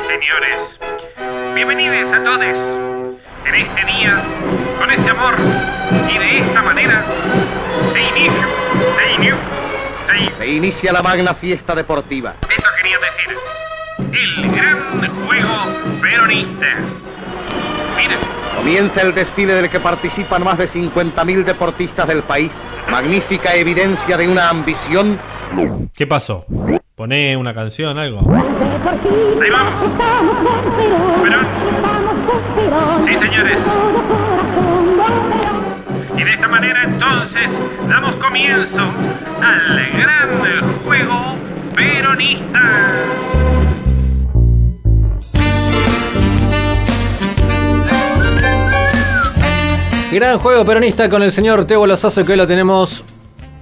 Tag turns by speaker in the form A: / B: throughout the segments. A: señores. Bienvenidos a todos. En este día, con este amor y de esta manera, se inicia, se inició, se in-
B: Se inicia la magna fiesta deportiva.
A: Eso quería decir. El gran juego peronista. Mira,
B: Comienza el desfile del que participan más de 50.000 deportistas del país. Magnífica evidencia de una ambición
C: ¿Qué pasó? ¿Poné una canción, algo?
A: ahí vamos. Perón. Sí, señores. Y de esta manera entonces damos comienzo al gran juego peronista.
D: Gran juego peronista con el señor Tebo Lozazo, que hoy lo tenemos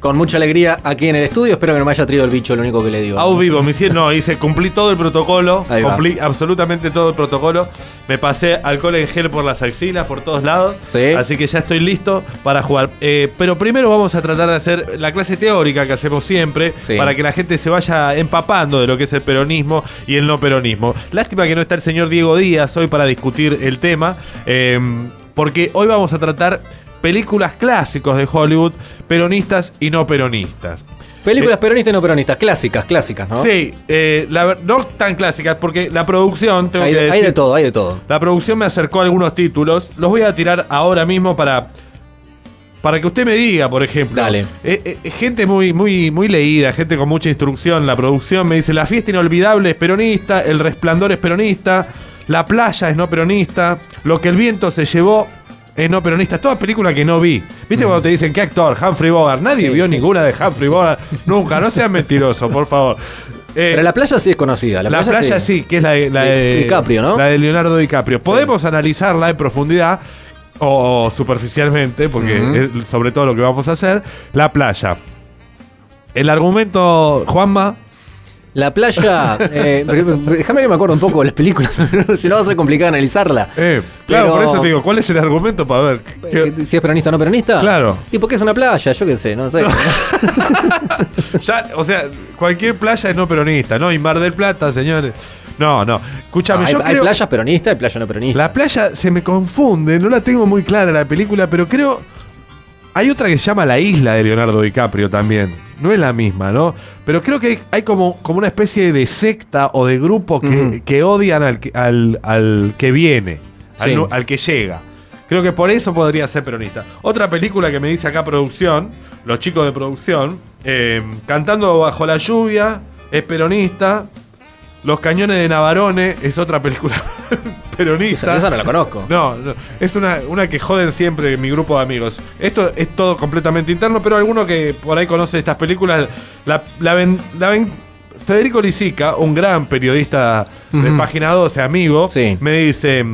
D: con mucha alegría aquí en el estudio. Espero que no me haya traído el bicho, lo único que le digo.
E: A un vivo, me hicieron, no, hice, cumplí todo el protocolo,
D: Ahí va.
E: cumplí absolutamente todo el protocolo, me pasé alcohol en gel por las axilas, por todos lados,
D: Sí.
E: así que ya estoy listo para jugar. Eh, pero primero vamos a tratar de hacer la clase teórica que hacemos siempre,
D: Sí.
E: para que la gente se vaya empapando de lo que es el peronismo y el no peronismo. Lástima que no está el señor Diego Díaz hoy para discutir el tema, eh, porque hoy vamos a tratar películas clásicos de Hollywood, peronistas y no peronistas.
D: Películas peronistas y no peronistas, clásicas, clásicas, ¿no?
E: Sí, eh, la ver- no tan clásicas, porque la producción, tengo
D: Hay,
E: que
D: hay
E: decir,
D: de todo, hay de todo.
E: la producción me acercó algunos títulos. Los voy a tirar ahora mismo para. Para que usted me diga, por ejemplo.
D: Dale.
E: Eh, eh, gente muy, muy, muy leída, gente con mucha instrucción. La producción me dice: La fiesta inolvidable es peronista, el resplandor es peronista, la playa es no peronista, lo que el viento se llevó es no peronista. Todas películas que no vi. ¿Viste cuando te dicen qué actor? Humphrey Bogart. Nadie
D: Sí,
E: vio
D: sí,
E: ninguna de Humphrey Bogart. Nunca, no seas mentiroso, por favor. Eh,
D: Pero la playa sí es conocida. La,
E: la, playa, sí. que es la de, la
D: De
E: de-
D: DiCaprio, ¿no?
E: La de Leonardo DiCaprio. Podemos analizarla en profundidad o, o superficialmente, porque es sobre todo lo que vamos a hacer. La playa. El argumento, Juanma.
D: La playa. eh, pero- pero déjame que me acuerdo un poco de las películas, si no va a ser complicado analizarla.
E: eh, claro,
D: Pero-
E: por eso te digo, ¿cuál es el argumento para ver?
D: Eh,
E: qué-
D: Si es peronista o no peronista.
E: Claro.
D: ¿Y por qué es una playa? Yo qué sé, no sé.
E: ya, o sea, cualquier playa es no peronista, ¿no? Y Mar del Plata, señores. No, no. Escúchame,
D: hay
E: yo
D: hay
E: creo-
D: playas peronistas, hay playas no peronistas.
E: La playa se me confunde, no la tengo muy clara la película, pero creo. Hay otra que se llama La Isla de Leonardo DiCaprio también. No es la misma, ¿no? Pero creo que hay, hay como, como una especie de secta o de grupo que, que odian al, que- al, al que viene, al,
D: Sí.
E: nu- al que llega. Creo que por eso podría ser peronista. Otra película que me dice acá producción, los chicos de producción, eh, Cantando bajo la lluvia, es peronista. Los cañones de Navarone es otra película peronista.
D: Esa- esa no la conozco.
E: No, no, es una, una que joden siempre mi grupo de amigos. Esto es todo completamente interno, pero alguno que por ahí conoce estas películas, la, la ven- la ven- Federico Lisica, un gran periodista de Página 12, amigo,
D: Sí.
E: me dice...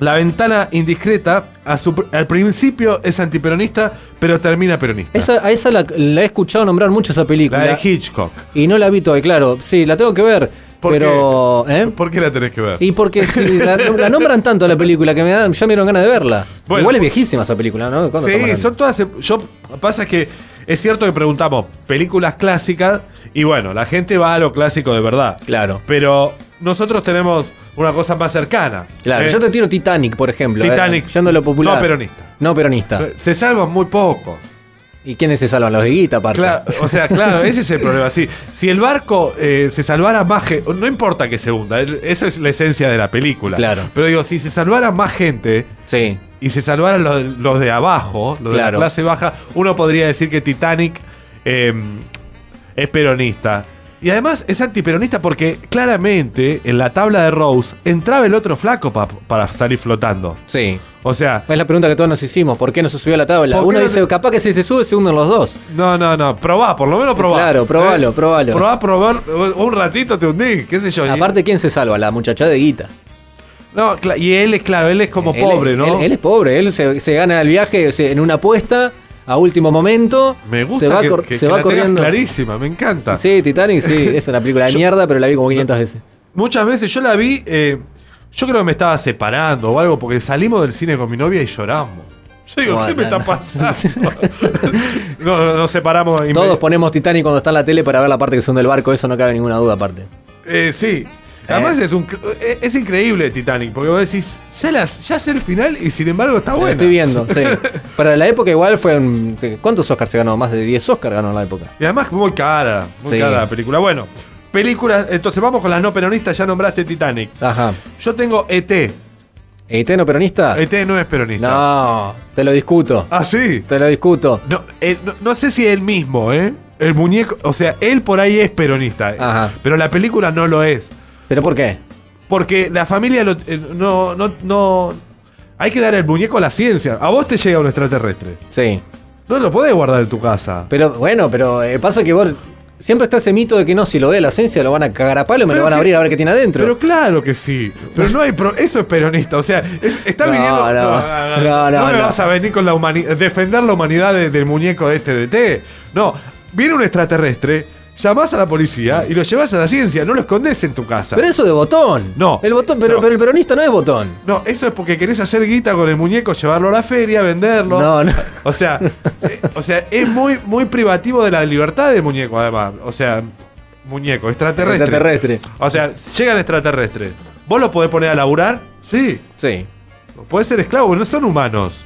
E: La ventana indiscreta a su pr- al principio es antiperonista, pero termina peronista.
D: Esa, a esa la, la he escuchado nombrar mucho esa película.
E: la de Hitchcock.
D: Y no la vi todavía, claro. Sí, la tengo que ver.
E: ¿Por
D: pero.
E: qué?
D: ¿eh?
E: ¿Por qué la tenés que ver?
D: Y porque si la, la nombran tanto a la película que me dan, ya me dieron ganas de verla.
E: Bueno.
D: Igual es viejísima esa película, ¿no? ¿Cuándo estamos
E: Sí,
D: hablando?
E: son todas. Yo pasa que es cierto que preguntamos películas clásicas y bueno, la gente va a lo clásico de verdad.
D: Claro.
E: Pero nosotros tenemos una cosa más cercana.
D: Claro,
E: Eh,
D: yo te tiro Titanic, por ejemplo. eh,
E: Titanic.
D: yendo a lo popular.
E: No peronista. Eh.
D: No peronista.
E: se salvan muy pocos.
D: ¿Y quiénes se salvan? Los de Guita, aparte.
E: Claro, o sea, claro, ese es el problema. Sí, si el barco eh, se salvara más gente, no importa que se hunda, el- eso es la esencia de la película.
D: Claro.
E: Pero digo, si se salvara más gente,
D: Sí.
E: y se salvaran los, los de abajo, los de
D: Claro.
E: la clase baja, uno podría decir que Titanic eh, es peronista. Y además es antiperonista porque claramente en la tabla de Rose entraba el otro flaco pa- para salir flotando.
D: Sí.
E: O sea,
D: Es la pregunta que todos nos hicimos. ¿Por qué no se subió a la tabla?
E: ¿Por qué
D: Uno
E: no
D: dice,
E: te-
D: capaz que si se sube, se hunden los dos.
E: no, no, no, probá, por lo menos probá. Eh,
D: Claro, probalo, probalo.
E: Probá, probar, eh, un ratito te hundí, qué sé yo. Y-
D: Aparte, ¿quién se salva? La muchacha de Guita.
E: no, cla- y él es, claro, él es como
D: Él-
E: pobre, ¿no?
D: Él, él es pobre, él se, se gana el viaje se- en una apuesta a último momento.
E: me gusta
D: se va,
E: que,
D: cor-
E: que-
D: se
E: que
D: va
E: la tengas
D: corriendo.
E: clarísima, me encanta.
D: Sí, Titanic, sí, es una película de
E: Yo-
D: mierda, pero la vi como 500 veces.
E: Muchas veces yo la vi, eh, yo creo que me estaba separando o algo, porque salimos del cine con mi novia y lloramos. Yo digo,
D: Bueno,
E: ¿qué me está
D: no.
E: pasando? no, no, nos separamos. inmedi-
D: Todos ponemos Titanic cuando está en la tele para ver la parte que son del barco, eso no cabe ninguna duda aparte.
E: Eh, sí. Además es, un, eh, es, es increíble Titanic, porque vos decís, ya, las, ya sé el final y sin embargo está
D: Lo
E: Ah, bueno.
D: estoy viendo, sí. Para la época igual fue un... ¿Cuántos Oscars se ganó? Más de 10 Oscars ganó en la época.
E: Y además muy cara, muy
D: Sí.
E: cara la película. Bueno, películas, entonces vamos con las no peronistas, ya nombraste Titanic.
D: Ajá. ¿E
E: Yo tengo E ET.
D: ¿Eiteno peronista?
E: ET E no es peronista.
D: Ah. No, te lo discuto.
E: Ah, sí.
D: Te lo discuto.
E: No, eh, no, no sé si él mismo, ¿eh? El muñeco, o sea, él por ahí es peronista, eh,
D: Ajá.
E: pero la película no lo es.
D: ¿Pero por qué?
E: Porque la familia lo- eh, no, no, no... Hay que dar el muñeco a la ciencia. A vos te llega un extraterrestre.
D: Sí.
E: No lo podés guardar en tu casa.
D: Pero bueno, pero eh, pasa que vos... Siempre está ese mito de que no, si lo ve la ciencia lo van a cagar a palo y me lo
E: Pero
D: van a
E: que-
D: abrir a ver qué tiene adentro.
E: Pero claro que sí. Pero no hay pro- eso es peronista. O sea, es- está
D: No,
E: viniendo.
D: no. No,
E: no,
D: no,
E: me
D: no.
E: vas a venir con la humanidad. Defender la humanidad de- del muñeco este de T. No. Viene un extraterrestre, llamás a la policía y lo llevas a la ciencia. No lo escondes en tu casa.
D: Pero eso de botón.
E: No.
D: El botón, pero,
E: No.
D: pero el peronista no es botón.
E: No, eso es porque querés hacer guita con el muñeco, llevarlo a la feria, venderlo.
D: No, no.
E: O sea, eh, o sea, es muy, muy privativo de la libertad del muñeco, además. O sea, muñeco, extraterrestre.
D: Extraterrestre.
E: O sea, llegan extraterrestres. ¿Vos los podés poner a laburar? Sí.
D: Sí.
E: Podés ser esclavo, no son humanos.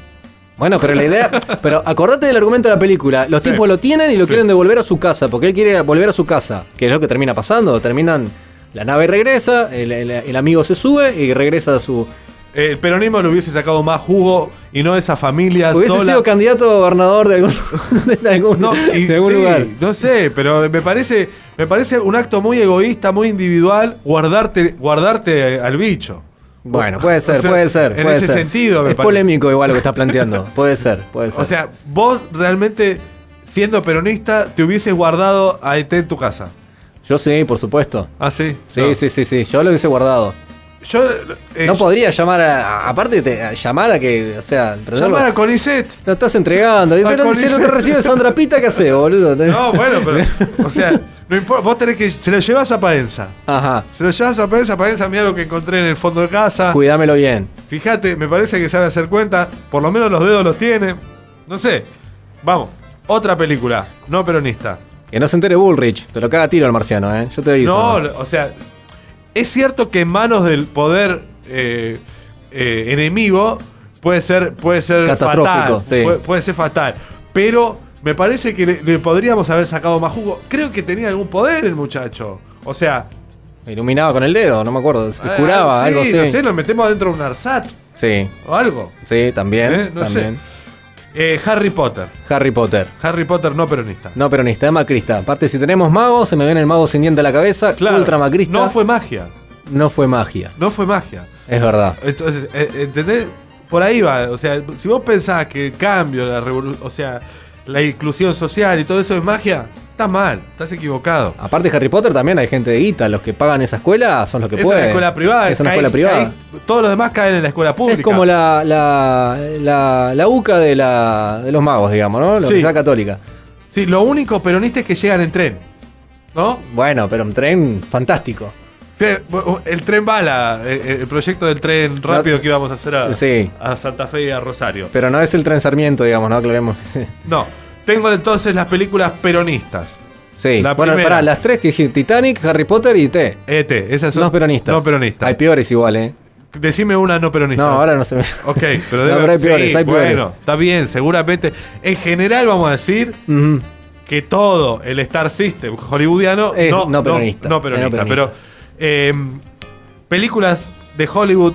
D: Bueno, pero la idea. Pero acordate del argumento de la película. Los
E: Sí.
D: tipos lo tienen y lo
E: Sí.
D: quieren devolver a su casa, porque él quiere volver a su casa. Que es lo que termina pasando. Terminan. La nave regresa, el, el- el amigo se sube y regresa a su.
E: Eh, El peronismo le hubiese sacado más jugo y no esa familia
D: Hubiese
E: sola.
D: sido candidato a gobernador de algún, de algún-
E: No, y
D: de algún
E: sí,
D: lugar.
E: no sé, pero me parece, me parece un acto muy egoísta, muy individual, guardarte, guardarte eh, al bicho.
D: Bueno, puede ser,
E: O sea,
D: puede ser.
E: En
D: puede
E: ese
D: ser.
E: sentido, me
D: Es
E: parece.
D: polémico igual lo que estás planteando. Puede ser, puede ser.
E: O sea, vos realmente, siendo peronista, te hubieses guardado a ET en tu casa.
D: Yo sí, por supuesto.
E: Ah, sí.
D: Sí,
E: No.
D: sí, sí, sí. Yo lo hubiese guardado.
E: Yo. eh,
D: No podría llamar a. a- Aparte, te- a llamar a que. O sea,
E: Llamar a Conicet.
D: Lo estás entregando. Y te lo
E: Alcohol
D: dicen,
E: y
D: no te
E: sed.
D: recibe Sandra Pita, ¿qué haces, boludo?
E: No, bueno, pero. O sea, no importa. Vos tenés que. Se lo llevas a Paenza.
D: Ajá.
E: Se lo llevas a Paenza. Paenza, mira lo que encontré en el fondo de casa.
D: Cuidámelo bien.
E: Fíjate, me parece que sabe hacer cuenta. Por lo menos los dedos los tiene. No sé. Vamos. Otra película. No peronista.
D: Que no se entere Bullrich. Te lo caga a tiro el marciano, ¿eh? Yo te aviso.
E: No, lo- o sea, es cierto que en manos del poder eh, eh, enemigo puede ser, puede ser
D: Catastrófico,
E: fatal.
D: sí.
E: Puede, puede ser fatal. Pero me parece que le, le podríamos haber sacado más jugo. Creo que tenía algún poder el muchacho. O sea,
D: Iluminaba con el dedo, no me acuerdo. Se
E: eh,
D: curaba,
E: sí,
D: algo así.
E: No sé, lo metemos adentro de un Arsat
D: Sí,
E: o algo.
D: sí, también.
E: Eh, no sé.
D: también.
E: Eh, Harry Potter.
D: Harry Potter.
E: Harry Potter no peronista.
D: No peronista, es macrista. Aparte, si tenemos magos, se me viene el mago sin diente a la cabeza. Ultra macrista.
E: No fue magia.
D: no fue magia.
E: No fue magia.
D: Es verdad.
E: Entonces, eh, ¿entendés? Por ahí va. O sea, si vos pensás que el cambio, la revolu- o sea, la inclusión social y todo eso es magia, estás mal, estás equivocado.
D: Aparte, Harry Potter también hay gente de guita. Los que pagan esa escuela son los que
E: es
D: pueden.
E: una escuela privada.
D: Es una
E: caí-
D: escuela privada.
E: caí- todos los demás caen en la escuela pública.
D: Es como la, la, la, la UCA de, la, de los magos, digamos, ¿no? La
E: Sí.
D: Universidad Católica.
E: Sí, lo único peronista es que llegan en tren. ¿No?
D: Bueno, pero un tren fantástico.
E: Sí, el tren bala, eh, el, el proyecto del tren rápido que íbamos a hacer a,
D: Sí.
E: a Santa Fe y a Rosario.
D: Pero no es el tren Sarmiento, digamos, ¿no? Aclaremos.
E: No, tengo entonces las películas peronistas.
D: sí.
E: La
D: bueno,
E: primera.
D: pará, las tres que dije, Titanic, Harry Potter y T.
E: ET, E esas son
D: No peronistas.
E: No peronistas.
D: Hay peores igual, ¿eh?
E: Decime una no peronista.
D: No, ahora no se me...
E: Ok,
D: No,
E: pero debe
D: pero hay
E: sí,
D: peores, hay peores.
E: Bueno, está bien, seguramente. En general vamos a decir
D: Ujú.
E: que todo el Star System hollywoodiano
D: Es
E: no,
D: no peronista,
E: no peronista,
D: es no
E: pero
D: peronista.
E: eh, películas de Hollywood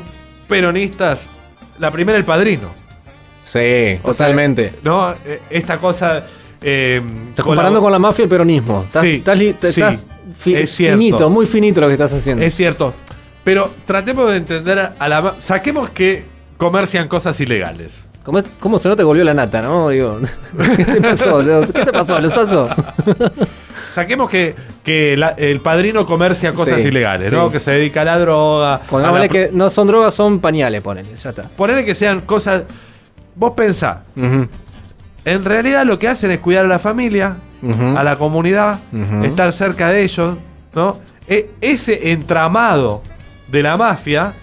E: peronistas, la primera El Padrino,
D: Sí,
E: O sea,
D: totalmente.
E: ¿no? Eh, Esta cosa eh,
D: Estás comparando con la mafia y el peronismo. Estás,
E: Sí,
D: estás, li- te-
E: sí,
D: estás fi-
E: es cierto.
D: finito, muy finito lo que estás haciendo.
E: Es cierto, pero tratemos de entender a la ma- saquemos que comercian cosas ilegales.
D: ¿Cómo, es- cómo se no te volvió la nata, no? Digo, ¿qué te pasó? boludo? ¿Qué te pasó, Losazo?
E: Saquemos que, que la- el padrino comercia cosas
D: Sí,
E: ilegales,
D: sí.
E: ¿no? Que se dedica a la droga. a
D: Pongámosle
E: la-
D: que no son drogas, son pañales, ponele, ya está.
E: Ponele que sean cosas. Vos pensá,
D: Ujú.
E: en realidad lo que hacen es cuidar a la familia,
D: Ujú.
E: a la comunidad,
D: Ujú.
E: estar cerca de ellos, ¿no? E- ese entramado de la mafia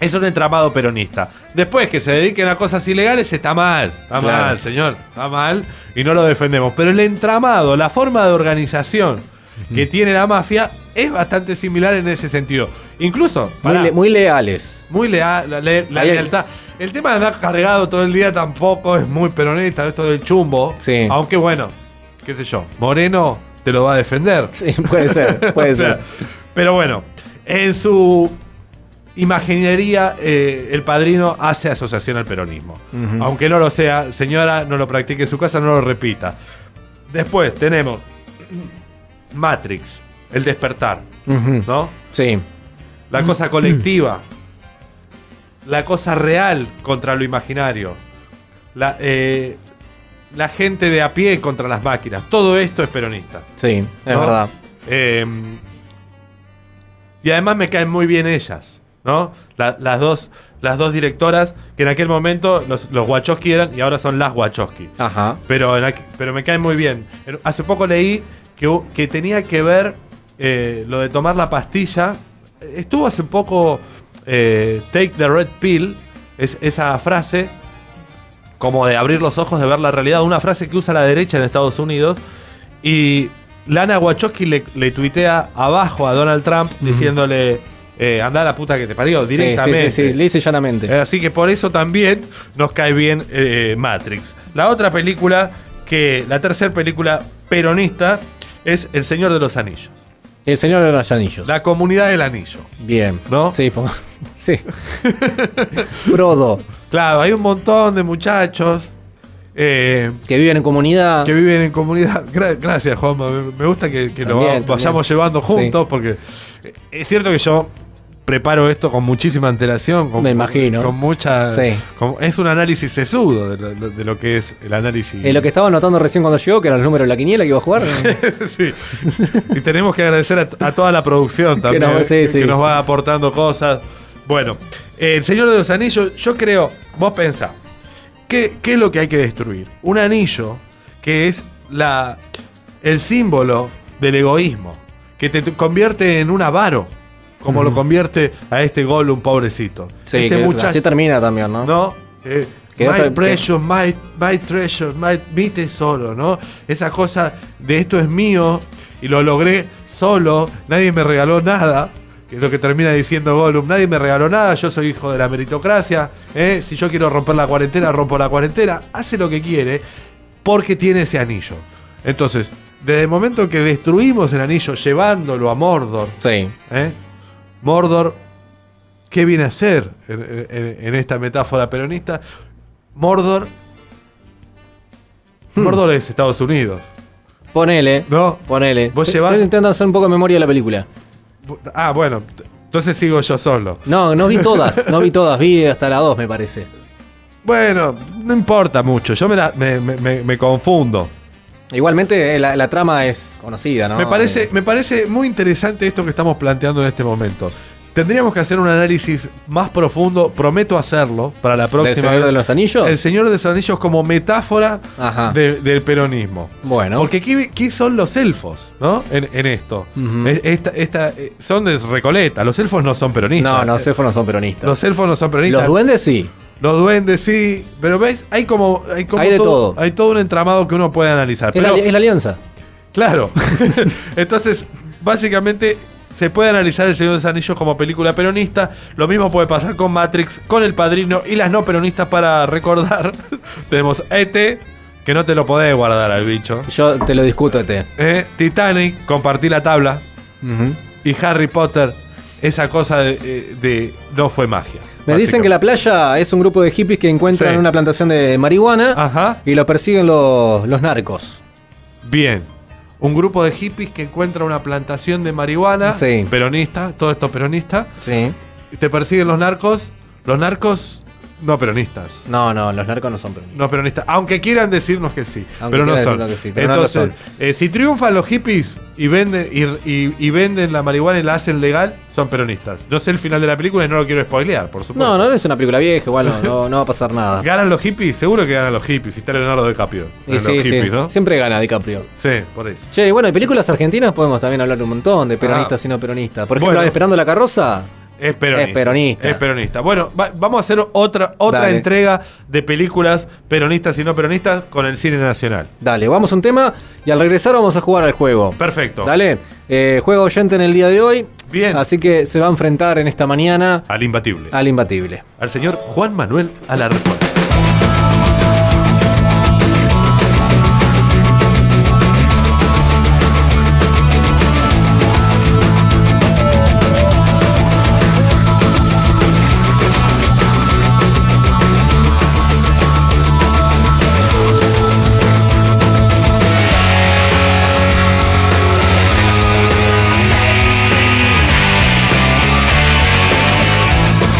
E: es un entramado peronista. Después que se dediquen a cosas ilegales está mal, está
D: Claro.
E: mal, señor, está mal y no lo defendemos. Pero el entramado, la forma de organización que tiene la mafia es bastante similar en ese sentido. Incluso,
D: Muy,
E: pará,
D: le- muy leales.
E: muy leal, la, le- la
D: Ahí hay-
E: lealtad. El tema de andar cargado todo el día tampoco es muy peronista, esto del chumbo.
D: Sí.
E: Aunque bueno, qué sé yo, Moreno te lo va a defender.
D: Sí, puede ser, puede
E: O sea,
D: ser.
E: Pero bueno, en su imaginería, eh, el padrino hace asociación al peronismo. Aunque no lo sea, señora, no lo practique en su casa, no lo repita. Después tenemos Matrix, el despertar,
D: Ujú.
E: ¿no?
D: Sí.
E: La cosa colectiva. La cosa real contra lo imaginario. La, eh, la gente de a pie contra las máquinas. Todo esto es peronista.
D: Sí, es
E: ¿no?
D: verdad.
E: Eh, y además me caen muy bien ellas, ¿no? La- las, dos, las dos directoras que en aquel momento los, los Wachowski eran y ahora son las Wachowski.
D: Ajá.
E: Pero, en aqu- pero me caen muy bien. En- Hace poco leí que, hu- que tenía que ver eh, lo de tomar la pastilla. Estuvo hace poco eh, Take the Red Pill, es, esa frase como de abrir los ojos, de ver la realidad. Una frase que usa la derecha en Estados Unidos. Y Lana Wachowski le, le tuitea abajo a Donald Trump diciéndole, eh, anda a la puta que te parió,
D: Sí, sí,
E: directamente.
D: sí, sí, lisa y llanamente.
E: Eh, Así que por eso también nos cae bien eh, Matrix. La otra película, que la tercera película peronista, es El Señor de los Anillos.
D: El señor de los anillos.
E: La comunidad del anillo.
D: Bien.
E: ¿No?
D: Sí, ponga- sí. Frodo,
E: Claro, hay un montón de muchachos eh,
D: que viven en comunidad.
E: que viven en comunidad. Gra- gracias, Juanma. Me me gusta que, que lo
D: También,
E: va- vayamos
D: también.
E: llevando juntos
D: Sí.
E: porque eh, es cierto que yo preparo esto con muchísima antelación. Con,
D: Me imagino.
E: Con mucha.
D: Sí.
E: con- es un análisis sesudo de lo, de lo que es el análisis.
D: Eh, lo que estaba anotando recién cuando llegó, que eran los números de la quiniela que iba a jugar.
E: Sí. Y tenemos que agradecer a, t- a toda la producción también, que,
D: nos- sí, sí.
E: que nos va aportando cosas. Bueno, eh, el Señor de los Anillos, yo creo, vos pensá, ¿qué, qué es lo que hay que destruir? Un anillo que es la, el símbolo del egoísmo, que te t- convierte en un avaro, como lo convierte a este gol un pobrecito.
D: sí,
E: este
D: que
E: muchacho-
D: así termina también, ¿no?
E: ¿no? Eh,
D: Que
E: my
D: otra-
E: precious, my, my treasure, my, mi tesoro, ¿no? Esa cosa de esto es mío y lo logré solo, nadie me regaló nada, que es lo que termina diciendo Gollum, nadie me regaló nada, yo soy hijo de la meritocracia, ¿eh? si yo quiero romper la cuarentena, rompo la cuarentena, hace lo que quiere porque tiene ese anillo. Entonces, desde el momento que destruimos el anillo llevándolo a Mordor,
D: Sí.
E: ¿eh? Mordor, ¿qué viene a ser en, en- en esta metáfora peronista? Mordor.
D: Hmm.
E: Mordor es Estados Unidos.
D: Ponele.
E: No.
D: Ponele.
E: Vos
D: Estoy-
E: llevás-
D: Estoy intentando hacer un poco de memoria de la película.
E: Ah, bueno, t- entonces sigo yo solo.
D: No, no vi todas. no vi todas. Vi hasta la 2, me parece.
E: Bueno, no importa mucho, yo me, la- me- me- me- me confundo.
D: Igualmente, eh, la, la trama es conocida, ¿no?
E: me, parece,
D: Eh,
E: me parece muy interesante esto que estamos planteando en este momento. Tendríamos que hacer un análisis más profundo, prometo hacerlo para la próxima.
D: ¿Del Señor de los Anillos?
E: El Señor de los Anillos como metáfora
D: Ajá.
E: de- del peronismo.
D: Bueno.
E: Porque ¿qué, qué son los elfos, no? En, en esto.
D: Ujú.
E: Es- esta, esta- eh, son de Recoleta. Los elfos no son peronistas.
D: No, no,
E: Eh,
D: Sefo no son peronistas.
E: Los elfos no son peronistas.
D: Los duendes sí.
E: Los duendes, sí. Pero ves, hay como. Hay, como
D: Hay de todo.
E: Hay todo un entramado que uno puede analizar.
D: Es,
E: Pero,
D: la, es la alianza.
E: Claro. Entonces, básicamente. Se puede analizar El Señor de los Anillos como película peronista. Lo mismo puede pasar con Matrix, con El Padrino y las no peronistas para recordar. Tenemos ET, que no te lo podés guardar al bicho.
D: Yo te lo discuto, este.
E: Eh, Titanic, compartí la tabla. Y Harry Potter, esa cosa de, eh, de no fue magia.
D: Me dicen que la playa es un grupo de hippies que encuentran
E: Sí.
D: una plantación de marihuana
E: Ajá.
D: y lo persiguen los, los narcos.
E: Bien. Un grupo de hippies que encuentra una plantación de marihuana.
D: Sí.
E: Peronista, todo esto peronista.
D: Sí.
E: y Te persiguen los narcos. Los narcos no peronistas.
D: No, no, los narcos no son peronistas.
E: No peronistas. Aunque quieran decirnos que sí.
D: Aunque
E: pero no
D: quieran
E: son.
D: decirnos que sí, pero no lo
E: Entonces, eh, si triunfan los hippies y venden, y, y- y venden la marihuana y la hacen legal, son peronistas. Yo sé el final de la película y no lo quiero spoilear, por supuesto.
D: No, no, es una película vieja, igual no, no- no va a pasar nada.
E: Ah. ¿Ganan los hippies? Seguro que ganan los hippies. Si está Leonardo DiCaprio.
D: Y
E: Ganan
D: sí,
E: los hippies,
D: sí.
E: ¿no?
D: Siempre gana DiCaprio.
E: Sí, por eso.
D: Che, bueno, de películas argentinas podemos también hablar un montón de peronistas
E: Ah.
D: y no peronistas. Por ejemplo,
E: Bueno.
D: Esperando la carroza,
E: Es peronista.
D: Es peronista.
E: Es peronista. Bueno, va- vamos a hacer otra, otra
D: Dale.
E: entrega de películas peronistas y no peronistas con el cine nacional.
D: Dale, vamos a un tema y al regresar vamos a jugar al juego.
E: Perfecto.
D: Dale, eh, juego oyente en el día de hoy.
E: Bien.
D: Así que se va a enfrentar en esta mañana
E: Al imbatible.
D: al imbatible.
E: Al señor Juan Manuel Alarcón.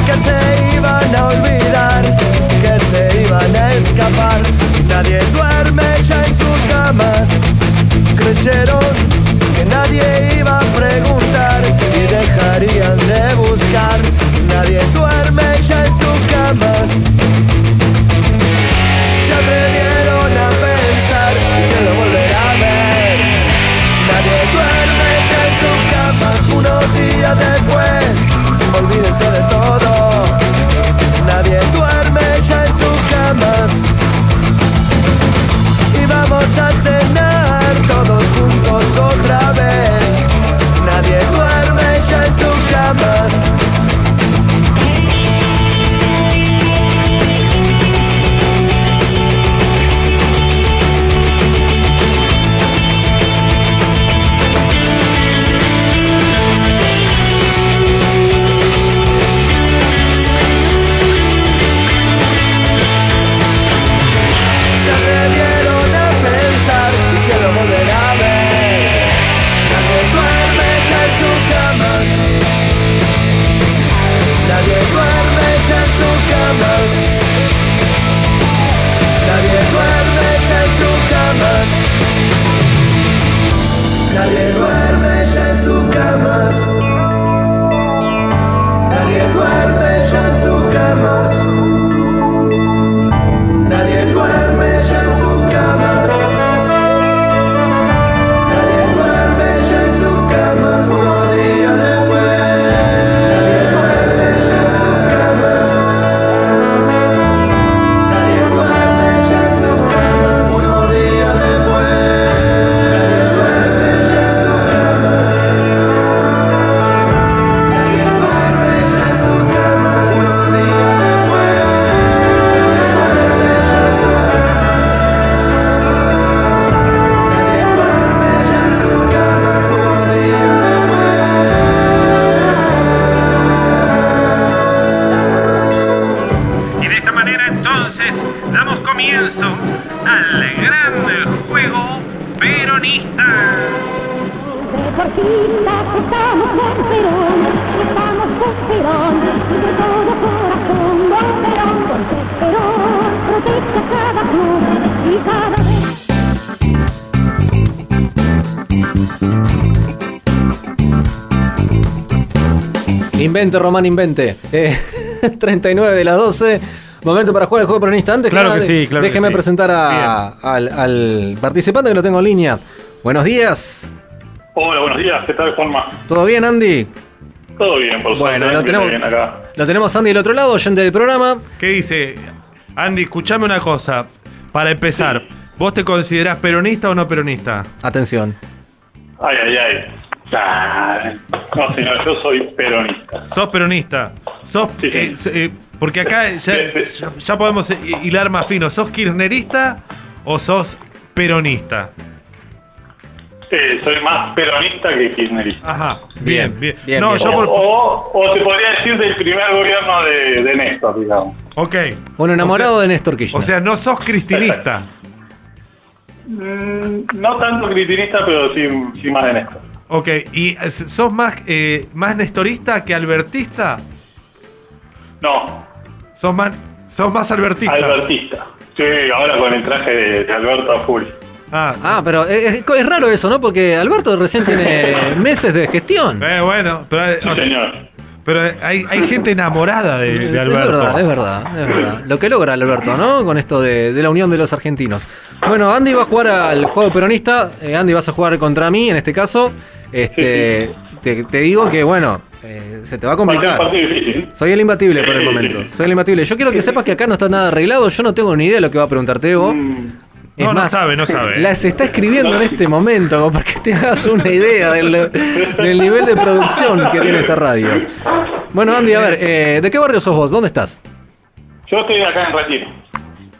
F: que se iban a olvidar, que se iban a escapar. Nadie duerme ya en sus camas. Creyeron que nadie iba a preguntar y dejarían de buscar. Nadie duerme ya en sus camas. Se atrevieron a pensar que lo volverá a ver. Nadie duerme ya en sus camas unos días después. Olvídense de todo. Nadie duerme ya en sus camas. Y vamos a cenar todos juntos otra vez. Nadie duerme ya en sus camas. Se atrevieron a pensar y que lo volverá a ver. Nadie duerme ya en sus camas. Nadie duerme ya en sus camas. Nadie duerme ya en sus camas. Nadie duerme ya en sus camas. Nadie duerme ya en sus camas. Nadie duerme ya en sus camas. Nadie duerme ya en sus camas. Otro día después. Nadie duerme ya en sus camas. Nadie duerme ya en sus camas. Otro día después. Nadie duerme ya en sus camas. Nadie duerme ya en sus camas. Otro día después.
A: Y de esta manera entonces damos comienzo al gran juego peronista.
G: Siempre por China, que estamos con Perón, que estamos con Perón, y de todo corazón, con Perón, porque Perón protege a cada club y cada vez.
D: Invente, Román, invente. Eh, 39 de las 12. Momento para jugar el juego peronista. Antes
E: Claro
D: nada,
E: que sí, claro que
D: Déjeme
E: sí.
D: presentar a- al, al participante que lo tengo en línea. Buenos días.
H: Hola, buenos días. ¿Qué tal, Juanma?
D: ¿Todo bien, Andy?
H: Todo bien, por
D: Bueno, lo
H: suerte. Bien,
D: tenemos,
H: bien acá.
D: lo tenemos Andy del otro lado, oyente del programa.
E: ¿Qué dice? Andy, escuchame una cosa. Para empezar, ¿vos te considerás peronista o no peronista?
D: Atención.
H: Ay, ay, ay. Ah, No, señor, yo soy peronista.
E: Sos peronista. Sos.
H: Sí.
E: eh, s- eh, porque acá ya,
H: Sí, sí.
E: ya- ya podemos eh, hilar más fino. ¿Sos kirchnerista o sos peronista?
H: Eh, soy más peronista que kirchnerista.
E: Ajá.
D: Bien,
E: Bien, bien.
D: bien,
E: no,
D: bien.
E: yo por.
H: O, o se podría decir del primer gobierno de, de Néstor, digamos.
E: Ok.
D: Un enamorado
E: o sea,
D: de Néstor Kirchner.
E: O sea, no sos cristinista.
H: Mm, no tanto cristinista, pero sí, sí más de Néstor.
E: Ok. ¿Y eh, s- sos más, eh, más nestorista que albertista?
H: No,
E: Sos más, sos más albertista.
H: albertista. Sí, ahora con el traje de, de Alberto a full.
E: Ah,
D: ah, pero es, es- es raro eso, ¿no? Porque Alberto recién tiene meses de gestión.
E: eh, bueno. Pero, eh,
H: Sí,
E: o sea,
H: señor.
E: pero, eh, hay, hay gente enamorada de,
D: Es,
E: de
D: es
E: Alberto.
D: verdad, es verdad, es verdad. Lo que logra el Alberto, ¿no? Con esto de, de la unión de los argentinos. Bueno, Andy va a jugar al juego peronista. Eh, Andy, vas a jugar contra mí en este caso. Este, te, te digo que, bueno, eh, se te va a
H: Partido,
D: complicar.
H: partido difícil. ¿eh?
D: Soy el imbatible por el momento. Soy el imbatible. Yo quiero que sepas que acá no está nada arreglado. Yo no tengo ni idea de lo que va a preguntarte Evo. Es
C: No, no
D: más,
C: sabe, no sabe.
D: Las está escribiendo en este momento, como para que te hagas una idea del, del nivel de producción que tiene esta radio. Bueno, Andy, a ver, eh, ¿de qué barrio sos vos? ¿Dónde estás?
H: Yo estoy acá en Retiro.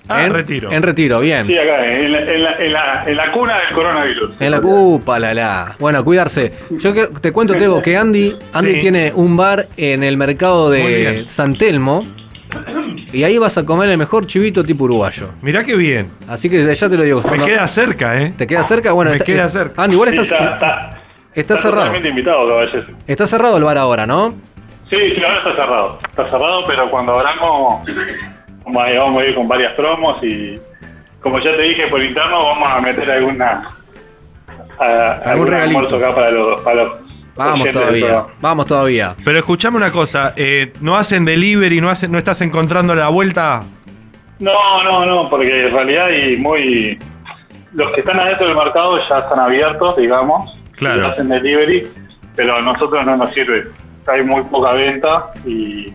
C: Ah, Retiro.
D: En retiro, bien.
H: Sí, acá, en la, en la- en la- en la cuna del coronavirus.
D: En la cupa, la la. Bueno, cuidarse. Yo quiero- te cuento, Tebo, que Andy, Andy
C: Sí.
D: tiene un bar en el mercado
C: Muy
D: de
C: bien.
D: San Telmo. Y ahí vas a comer el mejor chivito tipo uruguayo.
E: Mirá qué bien.
D: Así que ya te lo digo.
E: Me
D: cuando-
E: queda cerca, ¿eh?
D: ¿Te queda cerca? Bueno,
E: Me queda
D: eh,
E: cerca.
D: Andy, igual
H: Sí,
D: estás,
H: está, está,
D: está cerrado.
H: totalmente invitado, caballero.
D: Está cerrado el bar ahora, ¿no?
H: Sí, sí, ahora está cerrado. Está cerrado, pero cuando abramos vamos a, vamos a ir con varias promos y como ya te dije por interno, vamos a meter alguna a- algún
D: regalito.
H: almuerzo acá para los, para los
D: Vamos
H: oyentes del
D: todavía.
H: programa.
D: Vamos todavía.
E: Pero escuchame una cosa, eh, no hacen delivery, no hacen, no estás encontrando la vuelta.
H: No, no, no, porque en realidad y muy los que están adentro del mercado ya están abiertos, digamos,
E: Claro.
H: y hacen delivery, pero a nosotros no nos sirve. Hay muy poca venta y,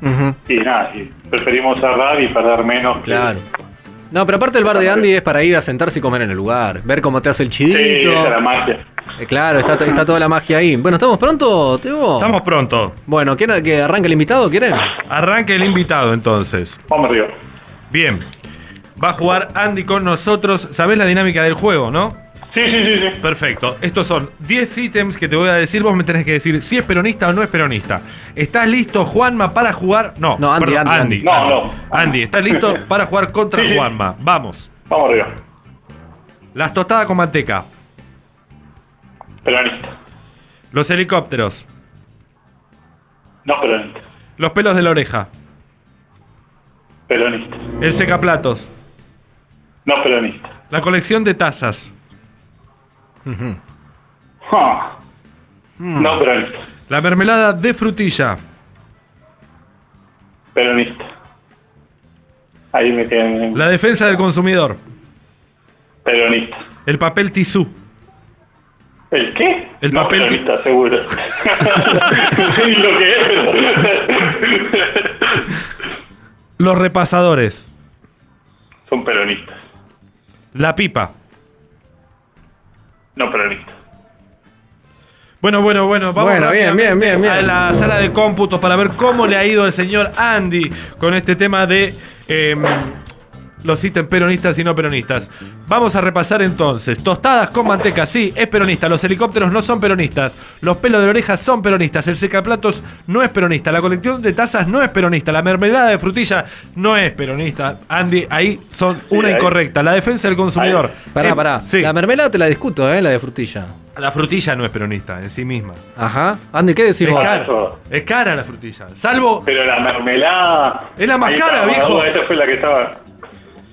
D: Ujú,
H: y nada, y preferimos cerrar y perder menos. que-
D: claro. No, pero aparte el bar de Andy es para ir a sentarse y comer en el lugar. Ver cómo te hace el
H: Sí,
D: chivito.
H: esa es la magia.
D: Eh, claro, está, to- está toda la magia ahí. Bueno, ¿estamos pronto, Tebo?
E: Estamos pronto.
D: Bueno, ¿quieren que arranque el invitado? ¿Quieren?
E: Arranque el invitado entonces.
H: Vamos arriba.
E: Bien. Va a jugar Andy con nosotros. Sabés la dinámica del juego, ¿no?
H: Sí, sí, sí, sí.
E: Perfecto. Estos son 10 ítems que te voy a decir. Vos me tenés que decir si es peronista o no es peronista. ¿Estás listo, Juanma, para jugar? No,
D: No, Andy, Andy, Andy.
H: No, no.
E: Andy, ¿estás listo para jugar contra
H: Sí, sí.
E: Juanma? Vamos.
H: Vamos arriba.
E: Las tostadas con manteca.
H: Peronista.
E: Los helicópteros.
H: No peronista.
E: Los pelos de la oreja.
H: Peronista.
E: El secaplatos.
H: No peronista.
E: La colección de tazas.
H: Ah.
D: Hmm.
H: No peronista.
E: La mermelada de frutilla.
H: Peronista. Ahí me quedé.
E: La defensa del consumidor.
H: Peronista.
E: El papel tisú.
H: ¿El qué?
E: El
H: no
E: papel que-
H: peronista, seguro. Sí, lo que es. pero-
E: Los repasadores.
H: Son peronistas.
E: La pipa.
H: No peronistas.
E: Bueno, bueno, bueno, vamos
D: Bueno, bien,
E: rápidamente
D: bien, bien, bien.
E: a la sala de cómputos para ver cómo le ha ido al señor Andy con este tema de em, los ítems peronistas y no peronistas. Vamos a repasar entonces. Tostadas con manteca, sí, es peronista. Los helicópteros no son peronistas. Los pelos de la oreja son peronistas. El secaplatos no es peronista. La colección de tazas no es peronista. La mermelada de frutilla no es peronista. Andy, ahí son una
H: ahí.
E: incorrecta. La defensa del consumidor.
D: Pará,
E: Eh,
D: pará.
E: sí.
D: La mermelada te la discuto, ¿eh? La de frutilla.
E: la frutilla no es peronista en sí misma.
D: Ajá. Andy, ¿qué decís
E: Es
D: vos?
E: cara,
H: Eso.
E: es cara la frutilla. Salvo.
H: Pero la mermelada.
E: Es la más
H: Ahí
E: cara,
H: estaba,
E: viejo.
H: Esa fue la que estaba.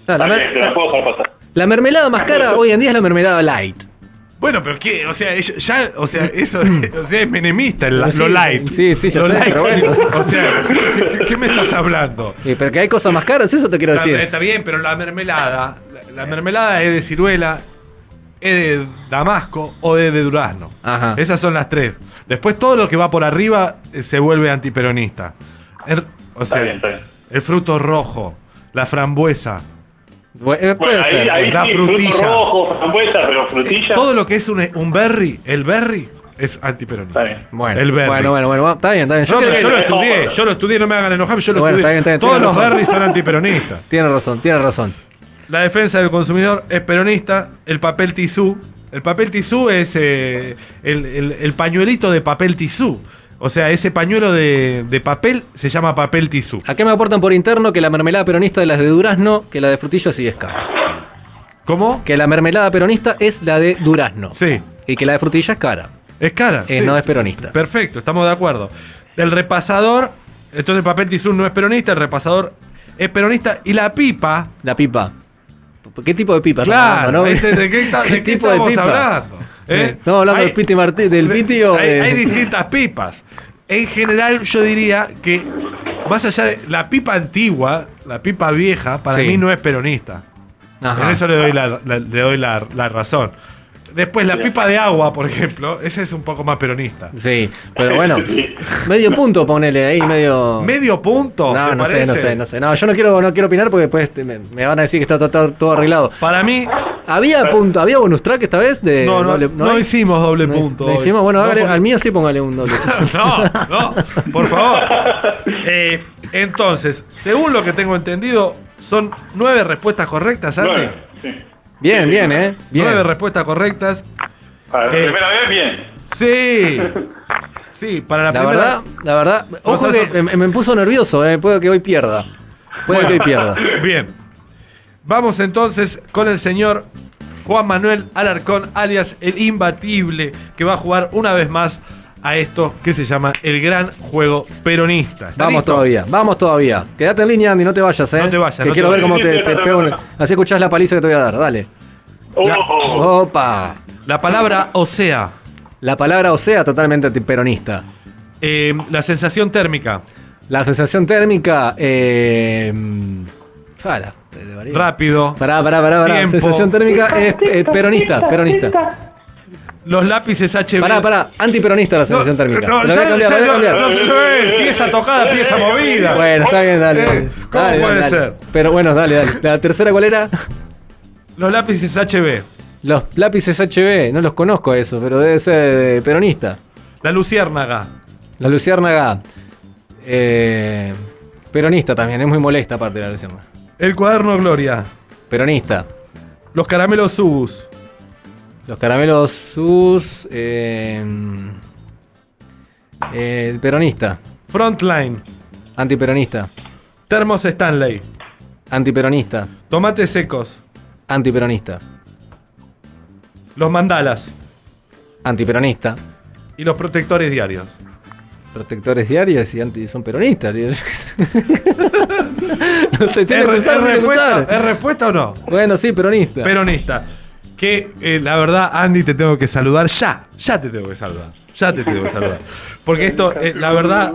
D: Ah, La,
H: La,
D: mer-
H: la puedo dejar pasar.
D: la mermelada más cara hoy en día es la mermelada light.
E: Bueno, pero qué, o sea, ellos- ya, o sea, eso o sea, es menemista el- lo
D: Mm. Sí,
E: light.
D: sí, sí, ya
E: Lo
D: sé, pero bueno.
E: O sea, ¿qué, qué me estás hablando?
D: Eh, pero que hay cosas más caras, eso te quiero
E: Está,
D: decir.
E: está bien, pero la mermelada, la, la mermelada es de ciruela, es de damasco o es de durazno.
D: Ajá.
E: Esas son las tres. Después todo lo que va por arriba eh, se vuelve antiperonista. Er- o sea,
H: bien, está bien.
E: el fruto rojo, la frambuesa,
D: Bu- eh, puede
H: Bueno, ahí,
D: ser.
H: ahí
E: La
H: sí,
E: frutilla.
H: fruto rojo, frambuesa, pero frutilla.
E: Todo lo que es un, un berry, el berry es antiperonista.
H: Está bien.
D: Bueno,
E: el berry.
D: bueno, bueno, bueno, va- está bien, está bien. Yo
E: No,
D: creo
E: pero
D: que-
E: yo lo
H: que-
E: estudié, yo lo estudié, no me hagan enojar, yo lo
D: Bueno,
E: estudié.
D: está bien, está bien,
E: Todos
D: tiene
E: los
D: razón.
E: berries son antiperonistas.
D: Tiene razón, tiene razón.
E: La defensa del consumidor es peronista, el papel tisú. El papel tisú es eh, el, el- el pañuelito de papel tisú. O sea, ese pañuelo de, de papel se llama papel tisú.
D: ¿A qué me aportan por interno que la mermelada peronista es la de durazno, que la de frutilla sí es cara?
E: ¿Cómo?
D: Que la mermelada peronista es la de durazno.
E: Sí.
D: Y que la de frutilla es cara.
E: Es cara.
D: Eh,
E: sí.
D: No es peronista.
E: Perfecto, estamos de acuerdo. El repasador, entonces el papel tisú no es peronista, el repasador es peronista y la pipa.
D: La pipa. ¿Qué tipo de pipa? estamos
E: Claro,
D: hablando, no?
E: ¿viste? ¿de qué, está- de qué estamos hablando? ¿Eh?
D: Estamos hablando
E: Hay-
D: del Piti Martí- del
E: de-
D: Piti o
E: hay,
D: de-
E: hay distintas pipas. En general, yo diría que más allá de la pipa antigua, la pipa vieja, para
D: Sí.
E: mí no es peronista.
D: Ajá.
E: En eso le doy la, la- le doy la, la razón. Después la pipa de agua, por ejemplo, ese es un poco más peronista.
D: Sí, pero bueno.
H: Sí.
D: Medio punto, ponele ahí, medio.
E: Medio punto.
D: No,
E: ¿te
D: no sé, no
E: parece?
D: sé, no sé. No, yo no quiero, no quiero opinar porque después te- me, me van a decir que está todo, todo- todo arreglado.
E: Para mí,
D: Había punto, había bonus track esta vez de.
E: no, no,
D: Eh, doble-
E: no
D: hay?
E: hicimos doble
D: No hic-
E: punto.
D: no
E: hoy.
D: hicimos, bueno,
E: No,
D: hágale-
E: porque-
D: al mío sí póngale un doble.
E: No, no, por favor. Eh, entonces, según lo que tengo entendido, son nueve respuestas correctas, Andy.
H: Nueve, sí.
D: Bien, bien, eh. Bien.
E: Nueve respuestas correctas.
H: A ver,
E: Eh.
H: primera vez, bien.
E: Sí. Sí, para la,
D: La
E: primera.
D: verdad, la verdad. Ojo
E: sabés-
D: que me, me puso nervioso, eh. Puede que hoy pierda. Puede que hoy pierda.
E: Bien. Vamos entonces con el señor Juan Manuel Alarcón, alias el imbatible, que va a jugar una vez más a esto que se llama el gran juego peronista. ¿Está
D: Vamos
E: listo?
D: todavía, vamos todavía. Quédate en línea, Andy, no te vayas, eh.
E: No te vayas,
D: Que
E: no te
D: quiero ver cómo
H: vayas.
D: te, te pego. un- Así escuchás la paliza que te voy a dar, dale.
H: Ojo.
E: Oh.
D: Opa.
E: La palabra osea,
D: La palabra osea totalmente antiperonista.
E: eh, la sensación térmica,
D: La sensación térmica. Eh, mm, fala. te debería-
E: rápido,
D: Pará, pará, pará, pará.
E: Tiempo.
D: Sensación térmica es eh, peronista, peronista.
E: los lápices HB.
D: Pará, pará, antiperonista la sensación térmica.
E: No,
D: Lo voy
E: no,
D: a
E: ya,
D: cambiar,
E: ya
D: lo voy a
E: no,
D: cambiar.
E: no se lo ve. Pieza tocada, pieza movida.
D: Bueno, está bien, dale.
E: Eh,
D: dale.
E: ¿cómo
D: Dale,
E: puede
D: dale,
E: ser?
D: dale. Pero bueno, dale, dale. ¿La tercera cuál era?
E: Los lápices HB.
D: Los lápices HB, no los conozco eso, pero debe ser de peronista.
E: La luciérnaga.
D: La luciérnaga. eh, peronista también, es muy molesta aparte de la luciérnaga.
E: El cuaderno Gloria.
D: Peronista.
E: Los caramelos Subus.
D: Los caramelos sus. eh, eh, peronista.
E: Frontline.
D: Antiperonista.
E: Termos Stanley.
D: Antiperonista.
E: Tomates secos.
D: Antiperonista.
E: Los mandalas.
D: Antiperonista.
E: Y los protectores diarios.
D: Protectores diarios y anti son peronistas. digo yo. no sé, tiene que
E: ¿Es, re-
D: usar,
E: es
D: tiene que
E: respuesta,
D: usar.
E: es respuesta o no?
D: Bueno, sí, peronista.
E: Peronista. Que eh, la verdad, Andy, te tengo que saludar ya. Ya te tengo que saludar. Ya te tengo que saludar. Porque esto, eh, la verdad,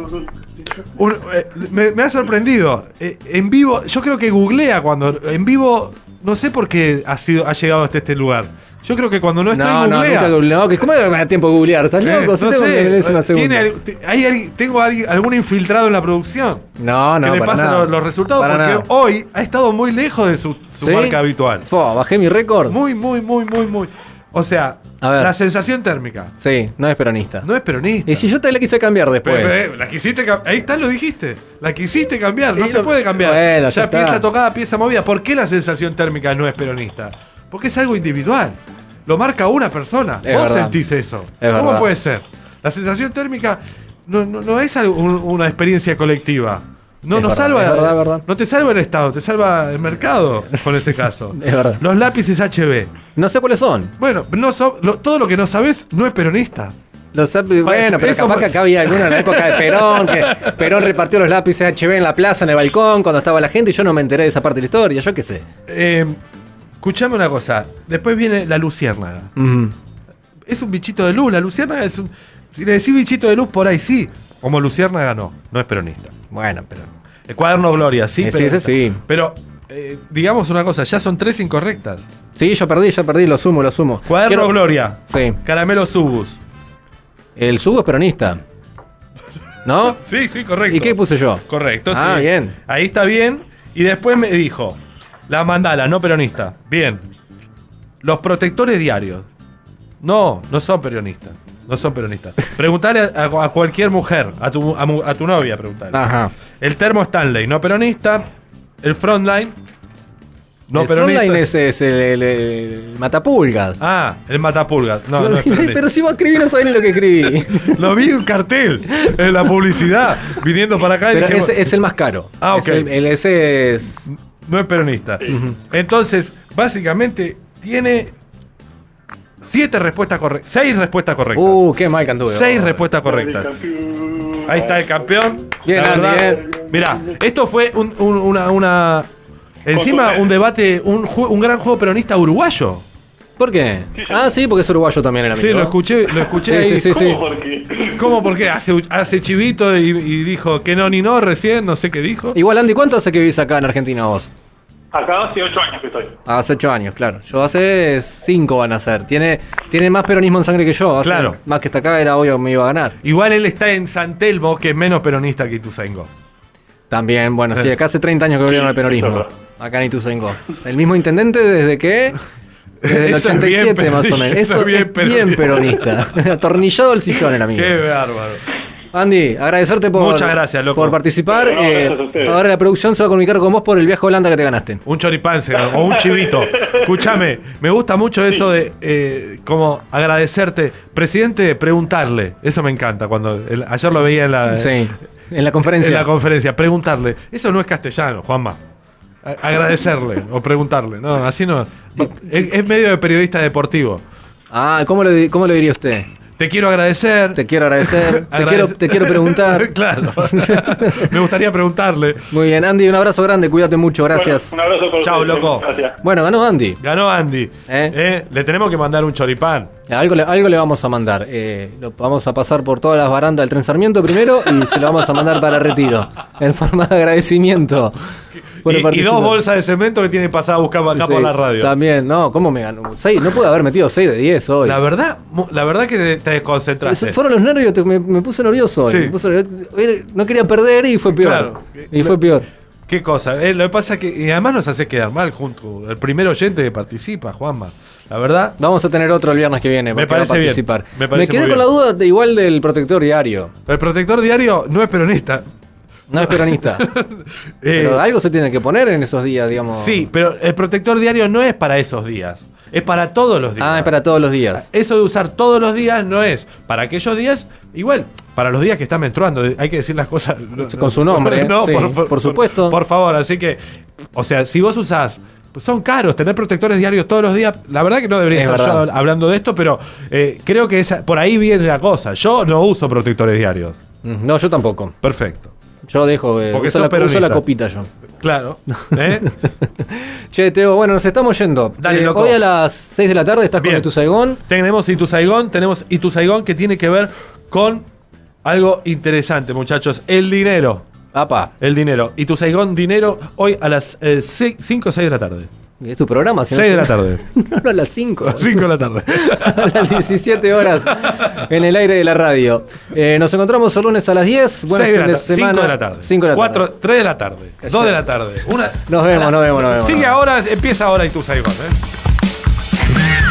E: un- eh, me, me ha sorprendido. Eh, en vivo, yo creo que googlea cuando. En vivo, no sé por qué ha, sido, ha llegado hasta este lugar. Yo creo que cuando no estoy
D: no, no,
E: googlea.
D: nunca googlea. No, que- ¿Cómo me da tiempo de googlear? ¿Estás
E: Eh,
D: loco? Si
E: no
D: tengo que
E: sé,
D: leerse una segunda.
E: ¿tiene al- te- hay alguien- tengo alguien- algún infiltrado en la producción.
D: Ah, No, no,
E: que le
D: para
E: pasa
D: nada.
E: los, los resultados
D: Para
E: porque
D: nada.
E: hoy ha estado muy lejos de su, su
D: ¿Sí?
E: marca habitual.
D: Fua, bajé mi récord.
E: Muy, muy, muy, muy, muy. O sea,
D: A ver.
E: la sensación térmica
D: Sí, no es peronista.
E: no es peronista.
D: y si yo Pues. te la quise cambiar después.
E: Pero, eh, la quisiste cam- ahí está, lo dijiste. La quisiste cambiar, no
D: Y
E: se
D: lo-
E: puede cambiar.
D: Bueno,
E: ya
D: ya está.
E: pieza tocada, pieza movida. ¿Por qué la sensación térmica no es peronista? Porque es algo individual. Lo marca una persona.
D: Es
E: Vos
D: verdad.
E: sentís eso.
D: Es
E: ¿Cómo
D: verdad.
E: puede ser? La sensación térmica no, no- no es algo- un- una experiencia colectiva. No
D: Es
E: nos
D: verdad,
E: salva.
D: es verdad, es verdad.
E: No te salva el Estado, te salva el mercado con ese caso.
D: Es verdad.
E: Los lápices HB.
D: No sé cuáles son.
E: Bueno, no so- lo- todo lo que no sabes no es peronista.
D: Los zap- bueno, pero
E: eso
D: capaz
E: me-
D: que acá había alguno en la época de Perón, que Perón repartió los lápices HB en la plaza, en el balcón, cuando estaba la gente, y yo no me enteré de esa parte de la historia, yo qué sé.
E: Eh, escuchame una cosa. Después viene la luciérnaga.
D: Ujú.
E: Es un bichito de luz. La luciérnaga es un. Si le decís bichito de luz, por ahí sí. Como luciérnaga, no. No es peronista.
D: Bueno, pero.
E: El cuaderno Gloria, sí.
D: Eh, sí,
E: peronista.
D: ese sí.
E: Pero, eh, digamos una cosa, ya son tres incorrectas.
D: Sí, yo perdí, ya perdí, lo sumo, lo sumo.
E: Cuaderno
D: Quiero-
E: Gloria.
D: Sí.
E: Caramelo Subus.
D: El subo es peronista. ¿No?
E: Sí, sí, correcto.
D: ¿Y qué puse yo?
E: Correcto, sí.
D: Ah, bien.
E: Ahí está bien. Y después me dijo, la mandala, no peronista. Bien. Los protectores diarios. No, no son peronistas. No son peronistas. Preguntale a, a- a cualquier mujer, a tu, a, mu- a tu novia, preguntale.
D: Ajá.
E: El termo Stanley, no peronista. El frontline, no
D: el
E: peronista.
D: frontline es, es el, el- el matapulgas.
E: Ah, el matapulgas. No, no es peronista.
D: pero si vos escribí, no sabés ni lo que escribí.
E: Lo vi en un cartel, en la publicidad, viniendo para acá y
D: pero
E: dije,
D: ese es el más caro.
E: Ah,
D: Es
E: ok.
D: el- el- ese es.
E: No es peronista. Entonces, básicamente, tiene siete respuestas correctas. Seis respuestas correctas.
D: Uh, qué mal que anduve.
E: seis
D: Oh.
E: respuestas correctas. Ahí está el campeón.
D: Bien,
E: La
D: Andy,
E: verdad,
D: bien.
E: Mirá, esto fue un- un- una, una- Encima, un debate, un, ju- un gran juego peronista uruguayo.
D: ¿Por qué? Ah, sí, porque es uruguayo también el amigo.
E: Sí, lo escuché, lo
D: Sí,
E: escuché ahí.
D: sí, sí, sí.
H: Ojo, porque-
E: ¿Cómo? ¿Por qué? Hace, hace chivito y, y dijo que no ni no recién, no sé qué dijo.
D: Igual, Andy, ¿cuánto hace que vivís acá en Argentina vos?
H: Acá hace ocho años que estoy.
D: Hace ocho años, claro. Yo hace cinco van a ser. Tiene, tiene más peronismo en sangre que yo. Hace
E: Claro.
D: Más que hasta acá era obvio que me iba a ganar.
E: Igual él está en San Telmo, que es menos peronista que Ituzaingó.
D: También, bueno, sí, acá hace 30 años que volvieron al peronismo. Acá en Ituzaingó. El mismo intendente desde que. Desde el
E: Eso es bien
D: 87 más o
E: peronista,
D: menos. Eso es bien peronista. Atornillado el sillón era amigo.
E: Qué bárbaro.
D: Andy, agradecerte por,
E: Muchas gracias, loco.
D: por participar.
H: No,
D: Eh,
H: gracias a ustedes.
D: ahora la producción se va a comunicar con vos por el viaje a Holanda que te ganaste.
E: Un choripán será, o un chivito. Escúchame, me gusta mucho eso de eh, como agradecerte. Presidente, preguntarle. Eso me encanta. cuando el- Ayer lo veía en la,
D: Sí. Eh, En la conferencia.
E: en la conferencia. Preguntarle. Eso no es castellano, Juanma. A- Agradecerle o preguntarle. No, así no. Es, es medio de periodista deportivo.
D: ah, ¿cómo lo, di- ¿cómo lo diría usted?
E: Te quiero agradecer.
D: Te quiero agradecer. te,
E: Agradece-
D: quiero, te quiero preguntar.
E: claro. me gustaría preguntarle.
D: Muy bien, Andy, un abrazo grande, cuídate mucho, gracias.
H: Bueno, un abrazo por
E: Chao,
H: ustedes.
E: loco.
H: Gracias.
D: Bueno, ganó Andy.
E: Ganó Andy.
D: ¿Eh?
E: Eh, Le tenemos que mandar un choripán.
D: Algo le, algo le vamos a mandar. eh, lo vamos a pasar por todas las barandas del tren Sarmiento primero y se lo vamos a mandar para retiro. En forma de agradecimiento. por
E: Y- y,
D: participar.
E: dos bolsas de cemento que tiene que pasar a buscar acá
D: Sí,
E: por la radio.
D: También, no, ¿cómo me ganó? Seis, no pude haber metido 6 de 10 hoy.
E: La verdad, mu- la verdad que te- te
D: Eso
E: desconcentraste.
D: fueron los nervios, te- me, me puse nervioso. hoy,
E: Sí.
D: me puse nervioso. Era- no quería perder y fue peor.
E: Claro.
D: Y fue peor.
E: Qué cosa. eh, lo que pasa que. Y además nos hace quedar mal junto. El primer oyente que participa, Juanma. La verdad.
D: Vamos a tener otro el viernes que viene.
E: Me
D: porque va a
E: parece bien,
D: participar.
E: me parece
D: quedé
E: muy
D: con la
E: bien.
D: duda de- igual del protector diario.
E: El protector diario no es peronista.
D: No es peronista.
E: Eh,
D: pero algo se tiene que poner en esos días, digamos.
E: sí, pero el protector diario no es para esos días. Es para todos los días.
D: Ah, es para todos los días.
E: Eso de usar todos los días no es. Para aquellos días, igual, para los días que está menstruando, eh, hay que decir las cosas no,
D: Con su nombre, sí, por supuesto.
E: Por, favor, así que, o sea, si vos usás, pues son caros tener protectores diarios todos los días. La verdad que no debería
D: Es
E: estar yo
D: verdad.
E: hablando de esto, pero eh, creo que esa, por ahí viene la cosa. Yo no uso protectores diarios.
D: Mm, No, yo tampoco.
E: Perfecto.
D: Yo dejo. eh,
E: Ah. Porque
D: uso,
E: sos
D: la,
E: peronista.
D: uso la copita yo.
E: Claro. ¿eh?
D: Che, Teo, bueno, nos estamos yendo. Eh,
E: Dale, loco.
D: Hoy a las 6 de la tarde estás
E: Bien.
D: con tu Saigón.
E: Tenemos Ituzaigón, tenemos Ituzaigón que tiene que ver con algo interesante, muchachos, el dinero.
D: Apa,
E: El dinero. Y tu Saigón Dinero hoy a las 5 o 6 de la tarde.
D: es tu programa. si no
E: 6 de
D: se-
E: la tarde.
D: No, no, a las 5.
E: 5 de la tarde.
D: a las 17 horas en el aire de la radio. Eh, nos encontramos el lunes a las 10. Buen
E: 6
D: fin
E: de la
D: de
E: tarde. 5
D: semana.
E: de la tarde.
D: 5 de la tarde.
E: 3 de la tarde. 2 de la tarde. Una,
D: Nos vemos, nos vemos, nos vemos.
E: sigue ahora, empieza ahora y tu Saigón. ¿eh?